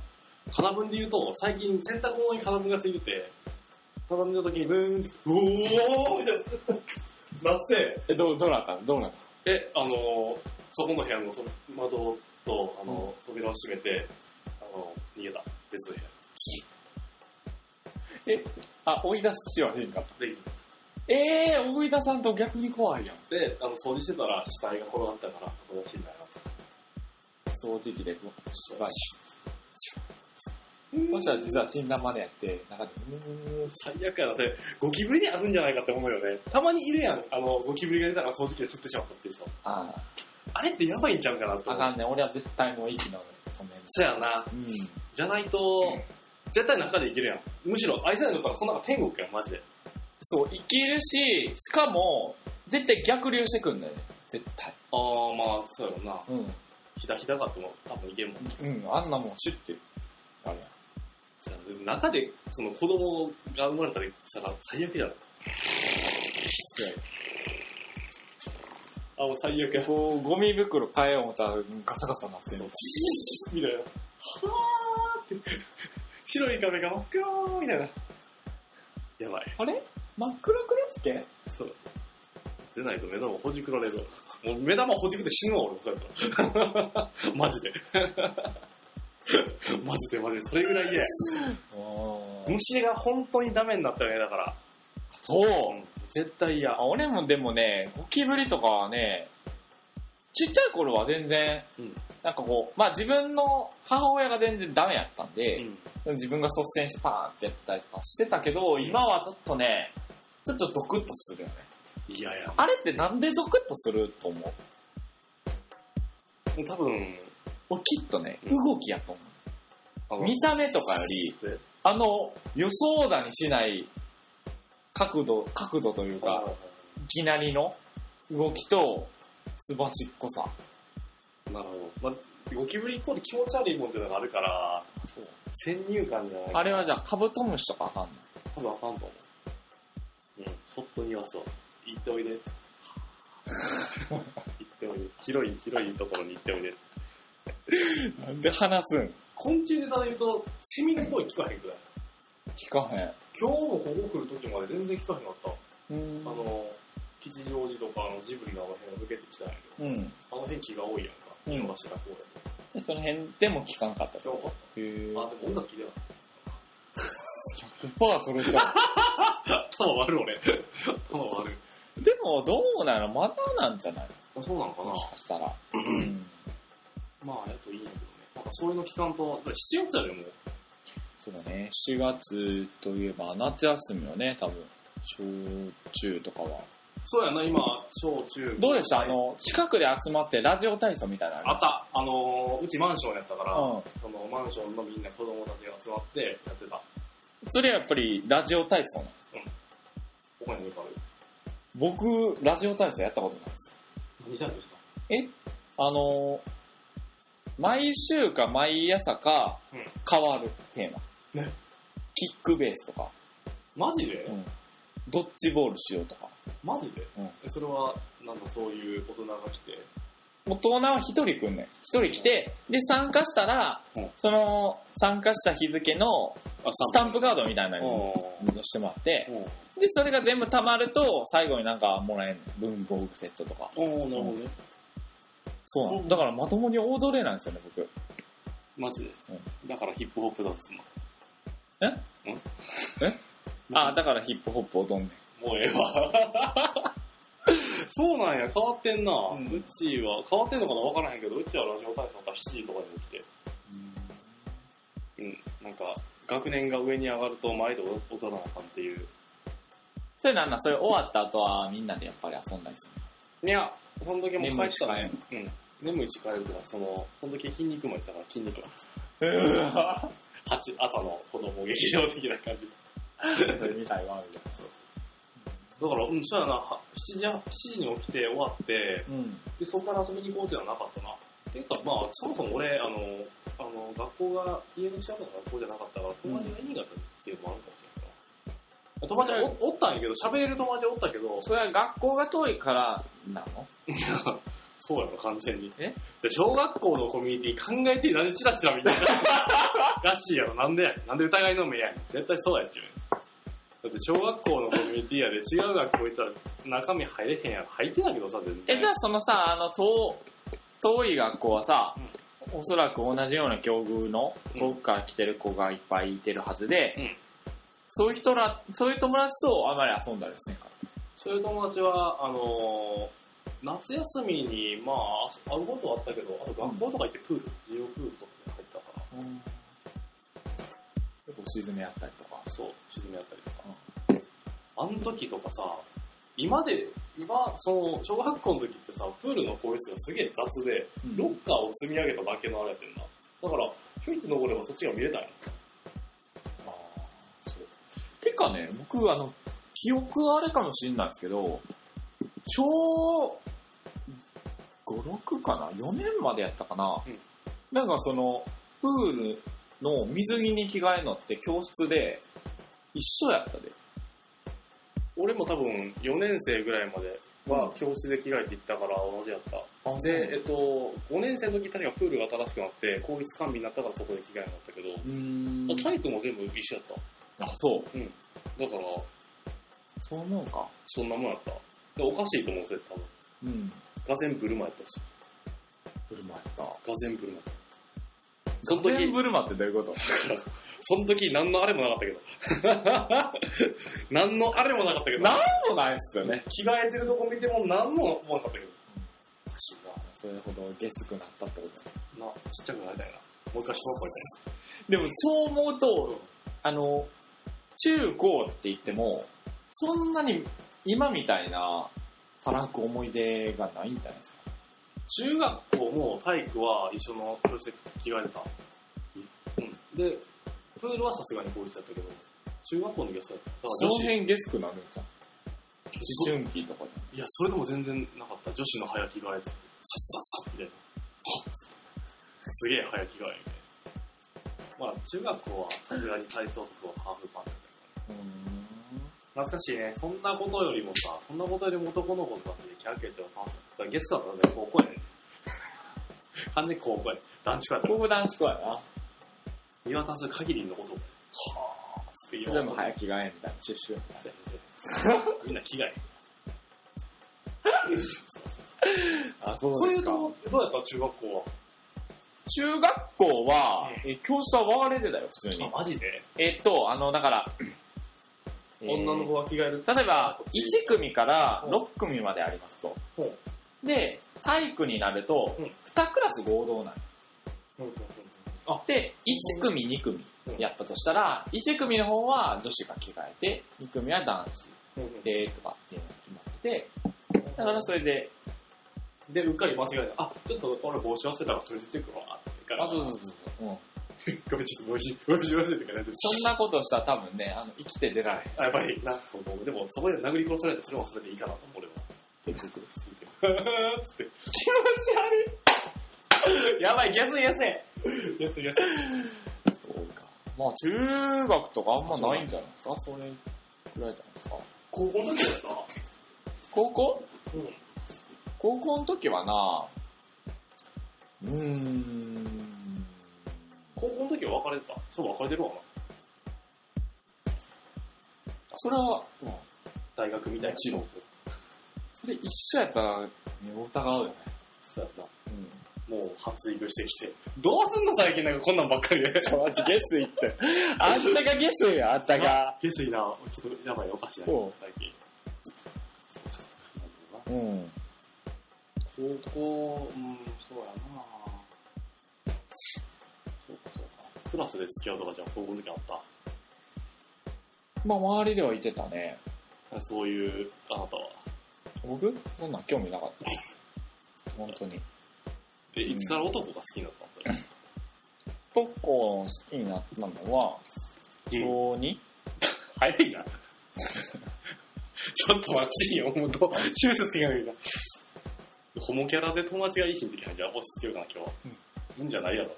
S2: 金分で言うと、最近洗濯物に金分がついてて、畳の時にブーンって、うおーみたいな、 なって、
S1: え、どう、どうなったのどうなったの
S2: え、あのーそこの部屋のそ窓と、あのー扉を閉めて、あのー逃げた。別の部
S1: あ、追い出すしはせんかった。
S2: 屋。で、
S1: ええー、追い出さんと逆に怖いやん。
S2: で、あの、掃除してたら死体が転がったから、正しいんだよ。
S1: 掃除機で、うわ、しばい。そしたら実は死んだまでやって、なんか、うーん
S2: 最悪やな、それ、ゴキブリにあるんじゃないかって思うよね。たまにいるやん、あの、ゴキブリが出たら掃除機で吸ってしまったっていう人。
S1: あ
S2: あれってやばいんちゃうかなって
S1: あ、あ
S2: 思う。
S1: かんねん、俺は絶対もう息の止める。
S2: そうやな。
S1: うん。
S2: じゃないと、絶対中でいけるやん。むしろ、愛されるからそんなの天国やん、マジで。
S1: そう、生きるし、しかも、絶対逆流してくんだよね。絶対。
S2: あー、まあ、そうやろな。
S1: うん。
S2: ひだひだかっても多分いけんもん。
S1: うん、あんなもん、シュッて。あれや
S2: そうやなでも中で、その子供が生まれたりしたら最悪やな。あ、もう最悪や。
S1: こう、ゴミ袋変えよう思ったら、ガサガサなって
S2: そう
S1: る。
S2: みたいな。はーって。白い壁が真っ黒ーみたいな。やばい。
S1: あれ真っ黒クロスケ
S2: そう。出ないと目玉ほじくられるわ。もう目玉ほじくて死ぬわ、俺、そうやった ら。マジで。マジでマジで、それぐらい嫌や。虫が本当にダメになったよね、だから。
S1: そう
S2: うん、絶対嫌。
S1: あ俺もでもね、ゴキブリとかはね、ちっちゃい頃は全然、
S2: うん
S1: なんかこう、まあ自分の母親が全然ダメやったん
S2: う
S1: で、
S2: ん。
S1: 自分が率先してパーンってやってたりとかしてたけど、今はちょっとね、ちょっとゾクッとするよね。
S2: 嫌や。
S1: あれってなんでゾクッとすると思う
S2: 多分、
S1: 俺きっとね、
S2: うん
S1: 動きやと思
S2: あ
S1: う。見た目とかより、
S2: で
S1: あの、予想だにしない角度、角度というか、いきなりの動きと、すばしっこさ。
S2: なるほど。まあ、ゴキブリイコール気持ち悪いもんっていうのがあるから、
S1: そう
S2: 先入観じゃない
S1: あれはじゃあカブトムシとかあかんの
S2: 多分あかんと思う。うん、そっとにはそう。行っておいで。行っておいで。広い、広いところに行っておいで。
S1: なんで話すん
S2: 昆虫ネタで言うと、セミの声聞かへんくらい。
S1: 聞かへん。
S2: 今日もここ来る時まで全然聞かへんかった。
S1: うん
S2: あの、吉祥寺とかあのジブリのあの辺を抜けてきたんやけ
S1: うん。
S2: ど、あの辺木が多いやんか。
S1: うん
S2: 井の頭公園。
S1: でその辺でも聞かんかった
S2: 今日も。
S1: へぇ
S2: あ、でも音楽聞いてなかっ
S1: パーそれじゃん。
S2: た。頭悪い俺。頭悪い。
S1: でも、どうなのまたなんじゃない
S2: あ、そうなのかな
S1: もしかしたら。うん。
S2: まあ、やっといいんやけどね。なんかそういうの期間と、だから7月やでもう。
S1: そうだね。7月といえば、夏休みよね、多分。小中とかは。
S2: そうやな、今、小中。
S1: どうでしたあの、近くで集まってラジオ体操みたいなの
S2: あ
S1: あ
S2: った。あのー、うちマンションやったから、
S1: うん。
S2: そのマンションのみんな子供たちが集まってやってた。
S1: それやっぱりラジオ体操なの
S2: 他にもいっぱいある。
S1: 僕、ラジオ体操やったことないです。
S2: 何したんですか
S1: あのー毎週か毎朝か
S2: うん
S1: 変わるテーマ。
S2: ね
S1: キックベースとか、
S2: マジで、
S1: うんドッジボールしようとか。
S2: マジで、
S1: うん
S2: えそれは、なんかそういう大人が来て、
S1: 大人は一人来んねん。一人来て、で、参加したら、
S2: うん
S1: その、参加した日付の
S2: あ、
S1: スタンプカードみたいなの
S2: う
S1: にしてもらって、
S2: ん。うん。
S1: で、それが全部溜まると、最後になんかもらえるの。文房具セットとか。
S2: おー、なるほどね。
S1: そうな
S2: う
S1: の。
S2: ん
S1: だからまともに踊れないんですよね、僕。
S2: マジで、だからヒップホップダンスの。
S1: え
S2: ん
S1: えあ、だからヒップホップ踊んねん。
S2: もうええわ。そうなんや、変わってんな。う
S1: うん
S2: ちは、変わってんのかな分からへんけど、うちはラジオ体操が7時とかに起きて、うん、なんか、学年が上に上がると毎度踊らなあかんっていう。
S1: それなんだ、それ終わった後はみんなでやっぱり遊んだりする。
S2: いや、その時も帰ったね
S1: 眠いし。
S2: うん。眠いし帰るから、その、その時筋肉マンやってたから筋 肉マンです。 八朝の子供劇場的な感じ。
S1: みたいわ、み
S2: そうそう。だから、うん、そうやな、は7時、7時に起きて終わって、
S1: うん。
S2: で、そこから遊びに行こうっていうのはなかったな。ていうか、まあ、そもそも俺、あの、あの、学校が、家の近くの学校じゃなかったから、友達がいなかったっていうのもあるかもしれないから。友達おおったんやけど、喋れる友達おったけど、
S1: それは学校が遠いからなの
S2: そうやろ、完全に。
S1: え
S2: で小学校のコミュニティ考えて、なんでチラチラ見てる らしいやろ、なんでやねんなんで疑いの目やねん絶対そうやっちゅうねんだって小学校のコミュニティやで、違う学校行ったら中身入れへんやろ。入ってないけどさ、全然。
S1: え、じゃあそのさ、あの、遠、遠い学校はさ、おそらく同じような境遇の
S2: うん
S1: 遠くから来てる子がいっぱいいてるはずで、
S2: うん
S1: そういう人ら、そういう友達とあまり遊んだりはせんかった。
S2: そういう友達は、あのー夏休みに、まあ、会うことはあったけど、あと学校とか行ってプール、自由プールとかに入ったから、
S1: 結構沈めあったりとか。
S2: そう、沈め合ったりとか。あの時とかさ、今で、今、その、小学校の時ってさ、プールの効率がすげえ雑で、ロッカーを積み上げただけのあれやってんな。だから、ひょいって登ればそっちが見れたんや。
S1: あーそう。てかね、僕、あの、記憶あれかもしれないですけど、小5、6かな ?4 年までやったかな、
S2: うん
S1: なんかその、プールの水着に着替えるのって教室で一緒やったで。
S2: 俺も多分、4年生ぐらいまでは教室で着替えて行ったから同じやった。
S1: あ
S2: で、えっと、5年生の時確かプールが新しくなって、公立完備になったからそこで着替えになったけど、
S1: うーん。
S2: あ体育も全部一緒やっ
S1: あ、そう。
S2: た。うん。だから、
S1: そう思うか。
S2: そんなもんやった。でおかしいと思うぜ、多分。
S1: うん。
S2: ガゼンブルマやったし。
S1: ブルマやった。
S2: ガゼンブルマやった。その時、
S1: 全ブルマってどういうこと
S2: その時何のあれもなかったけど。 何のあれもなかったけど。
S1: なんもないっすよね。
S2: 着替えてるとこ見ても何も思わなかったけど。
S1: おかしいな。それほどゲスくなったってこと
S2: な、ちっちゃくなりたいな。もう一回小学校行
S1: でもそう思うと、あの、中高って言っても、そんなに今みたいな、たらく思い出がないんじゃないですか。
S2: 中学校も体育は一緒の教室で着替えてた。うん。で、プールはさすがに公立だったけど、中学校の時はそうやった。だ
S1: そ
S2: から
S1: の
S2: 女子、
S1: 辺ゲスくなるんじゃん。
S2: そ
S1: 思春期とかで。
S2: いや、それでも全然なかった。女子の早着替えです。さっさっさみたいな。はっつってすげえ早着替えみたいな。まあ、中学校はさすがに体操服はハーフパンツみたいな。懐かしいね。そんなことよりもさ、そんなことよりも男の子とかでキャーキャーって楽しかった。だからゲストだったらね、高校やね。完全に高校やね。男子校やったら
S1: 僕も男子校やな。
S2: 見渡す限りのこと。はぁ、素敵
S1: でも早着替えみたいな、シュッシュみたいな。
S2: みんな着替え。
S1: あ、そで
S2: そうい
S1: す
S2: う
S1: か
S2: と。こ、どうやった中学校は。
S1: 中学校は、え教室は分かれてたよ、普通に。
S2: あ、マジで
S1: えっと、あの、だから、えー
S2: 女の子が着替える。
S1: 例えば、1組から6組までありますと。
S2: ほう
S1: で、体育になると
S2: うん、
S1: 2クラス合同なん
S2: うんうんうん
S1: あで、1組、2組やったとしたら、1組の方は女子が着替えて、2組は男子
S2: うんうん
S1: で、とかっていうのが決まってて、だからそれで、
S2: で、うっかり間違えた。あ、ちょっと俺帽子忘れたからそれ出てくるわ。って言うから。
S1: うそうそうそう。うん。
S2: ごめん、ちょっと帽子、帽子忘れてから。
S1: そんなことしたら多分ね、あの、生きて出られへん。
S2: あやっぱり、なんかこう、でもそこで殴り殺されて、それもそれでいいかなと、俺は。
S1: 結局。気持
S2: つって。 つって。
S1: ち悪いやばい、安い安い
S2: 安い安い。
S1: そうか。まあ、中学とかあんまないんじゃないですかそれくらいじゃないですか。
S2: 高校の時だった
S1: 高校
S2: うん。
S1: 高校の時はな、うーん、
S2: 高校の時は別れてた。そう、別れてるわな。
S1: それは、
S2: 大学みたいな。
S1: もちろんそれ一緒やったら、ね、疑うよね。
S2: そうやな。
S1: うん。
S2: もう、発育してきて。どうすんの最近なんかこんなんばっかりで。
S1: マジゲスいって。 あんたがゲスいよ、あんたが。
S2: 下水な。ちょっと、やばい、おかしいな。
S1: おう
S2: 最近。そうかそ
S1: う
S2: うか
S1: ん。
S2: 高校、うん、そうやなそうか、そうか。クラスで付き合うとかじゃあ、高校の時あった
S1: まあ、周りではいてたね。
S2: そういう、あなたは。
S1: 僕そんなん興味なかった。本当に。
S2: え、いつから男が好きになったんだよ。
S1: ポッコ好きになったのは、
S2: うん
S1: 小2、
S2: 早いな。ちょっと待ちよ、もうと、シューズつけないな。ホモキャラで友達がいい日の時は、じゃあ、落ち着けようかな、今日は。うん。いいんじゃないやろ。
S1: ど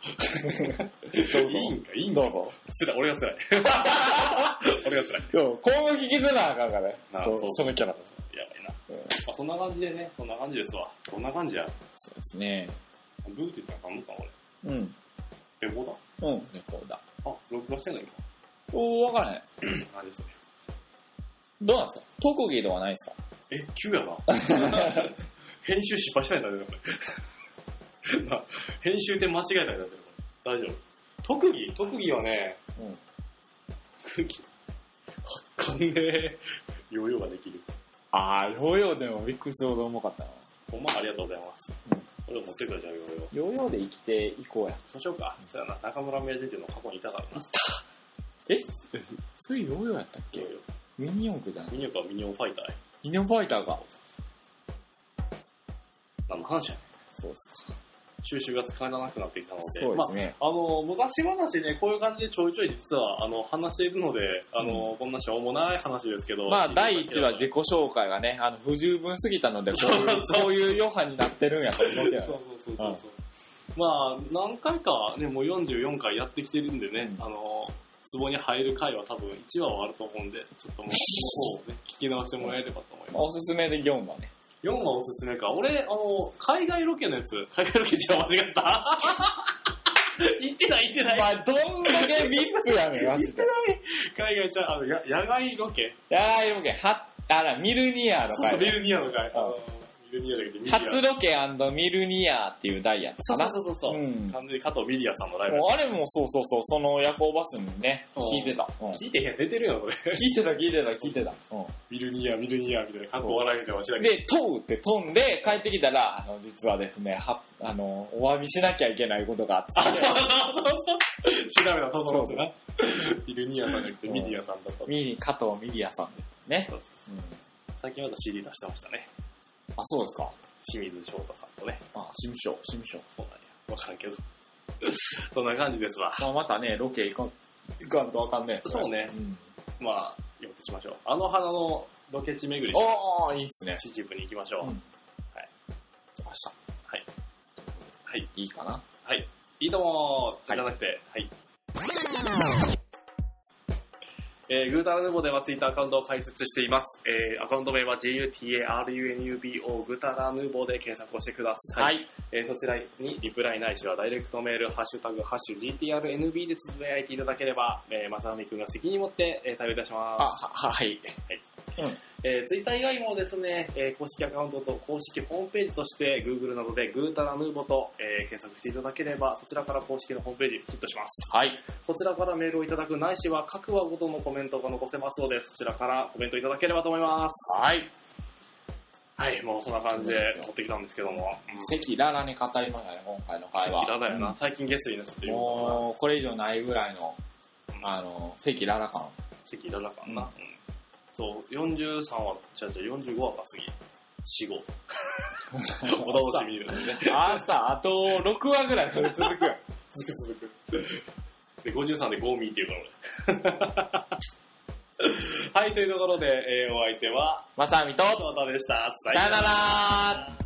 S1: うぞ
S2: いいんか、いいんか。
S1: どうぞ。
S2: つら、俺がつらい。 俺がつらい。
S1: そう、今後聞きづらあかんからね。
S2: なあ
S1: そう
S2: そう
S1: そのキャラ。
S2: やばいな。
S1: うん
S2: まあ、そんな感じでね、そんな感じですわ。そんな感じや。
S1: そうですね。
S2: ブーって言ったら何のか、
S1: うん。
S2: 俺。レコーダ
S1: うん、レコーダー。
S2: ーあ、録画してんの今。
S1: おー、わからへん。
S2: 何それ。
S1: どうなんですか特技とかないですか
S2: え、急やな。編集失敗したいんだね、これ。な編集で間違えたんだね、これ。大丈夫。特技特技はね、
S1: うん
S2: 特技。わかんねえ。ヨーヨーができる。
S1: あー、ヨーヨーでもビックスほど重かったな。
S2: ほんまありがとうございます。
S1: うん
S2: 俺持ってくるじゃん、ヨーヨー。
S1: ヨーヨーで生きていこうや。
S2: そうしようか。そうやな、中村名人っていうの過去にいたからな。
S1: えそういうヨーヨーやったっ
S2: ミ
S1: け
S2: ニ
S1: ミニ四
S2: オ
S1: 駆じゃん。
S2: ミニオンかミニオンファイターや
S1: ミニオンファイターか。
S2: 何の話やね
S1: そうっすか。
S2: ん収集が使えなくなってきたので、
S1: そうで
S2: ます
S1: ね。
S2: あ、あの、昔話ね、こういう感じでちょいちょい実は、あの、話しているので、あの、こんなしょうもない話ですけど。
S1: まあ、第一話自己紹介がね、あの、不十分すぎた ので、こういう、そういう余波になってるんやと思うけ
S2: そう
S1: ど。
S2: そうそうそう。まあ、何回かね、もう44回やってきてるんでね、
S1: うん
S2: あの、壺に入る回は多分1話はあると思うんで、ちょっともう、こ の方をね、聞き直してもらえればと思い
S1: まあ
S2: ま
S1: お
S2: す。
S1: すすめで4話ね。
S2: 4話おすすめか。俺、あの、海外ロケのやつ、海外ロケじゃ間違った。 行ってない行って
S1: お
S2: ない。
S1: 前、どんだけビップやねん、マジで。
S2: 海外じゃ、あの、や野外ロケ。
S1: やーいロケ、は、あら、ミルニアの
S2: そうそ
S1: 回
S2: う、ビ
S1: ね。
S2: ルニアの回。あのビルニアだけど、ミリア。
S1: 初ロケミルニアっていうダイヤか
S2: そう
S1: な。
S2: そうそうそう。
S1: うん
S2: 完全に加藤ミリアさんのライブ
S1: もう。あれもそうそうそう、その夜行バスにね、
S2: うん
S1: 聞いてた。 うん
S2: 聞いてへん、出てるやん、それ。
S1: 聞いてた、聞いてた、聞いてた。うん
S2: ミルニア、ミルニア、みたいな、かっこ笑いみたいな話だ けど。
S1: で、飛ぶって飛んで帰ってきたら、あの、実はですね、は、あの、お詫びしなきゃいけないことがあって。
S2: そうそうそう。調べたと思ってな。ミルニアさんじゃなくて、ミリアさんだった。
S1: ミニ、加藤ミリアさんですね。
S2: そうそう
S1: うん
S2: 最近また CD 出してましたね。
S1: あ、そうですか。
S2: 清水翔太さんとね。
S1: あ、新務所、新務所。
S2: そうなんや。わからんけど。そんな感じですわ。
S1: まあ、またね、ロケ行かん、行かんとわかんねえ。
S2: そうね
S1: うん。
S2: まあ、予定しましょう。あの花のロケ地巡り、
S1: おー、いいっすね。
S2: 秩父に行きましょう。
S1: うん
S2: はい。
S1: 明日。
S2: はい。はい。
S1: いいかな。
S2: はい。いいともーじゃなくて、はい。えー、グータラヌボではツイッターアカウントを開設しています。えー、アカウント名は GUTARUNUBO グータラヌボで検索をしてください。
S1: はい。
S2: えーそちらにリプライないしはダイレクトメール、ハッシュタグ、ハッシュ GTRNB でつぶやいていただければ、えー、まさみくんが責任持って、えー、対応いたします。
S1: あ、は、はい。
S2: えー、ツイッター以外もですね、えー公式アカウントと公式ホームページとして Google などでグータラヌーボと、えー検索していただければそちらから公式のホームページヒットします。
S1: はい。
S2: そちらからメールをいただくないしは各話ごとのコメントが残せますのでそちらからコメントいただければと思います。
S1: はい。
S2: はい、もうそんな感じで持ってきたんですけども。うん
S1: 赤裸々に語りましたね、今回の回は。
S2: 赤裸々や
S1: う
S2: な。
S1: ん
S2: 最近ゲスになっちゃってるから
S1: もう、これ以上ないぐらいの、
S2: うん
S1: あの、赤裸々感。
S2: 席いただかんな。うんそう、43話、違う違う、45話か次。4、5。お楽しみにね。
S1: 朝、あと6話ぐらいそれ続くよ。
S2: 続く続く。で、53でゴーミーっていう からね。はい、というところで、えーお相手は、
S1: まさみと、
S2: トータでした。
S1: さよなら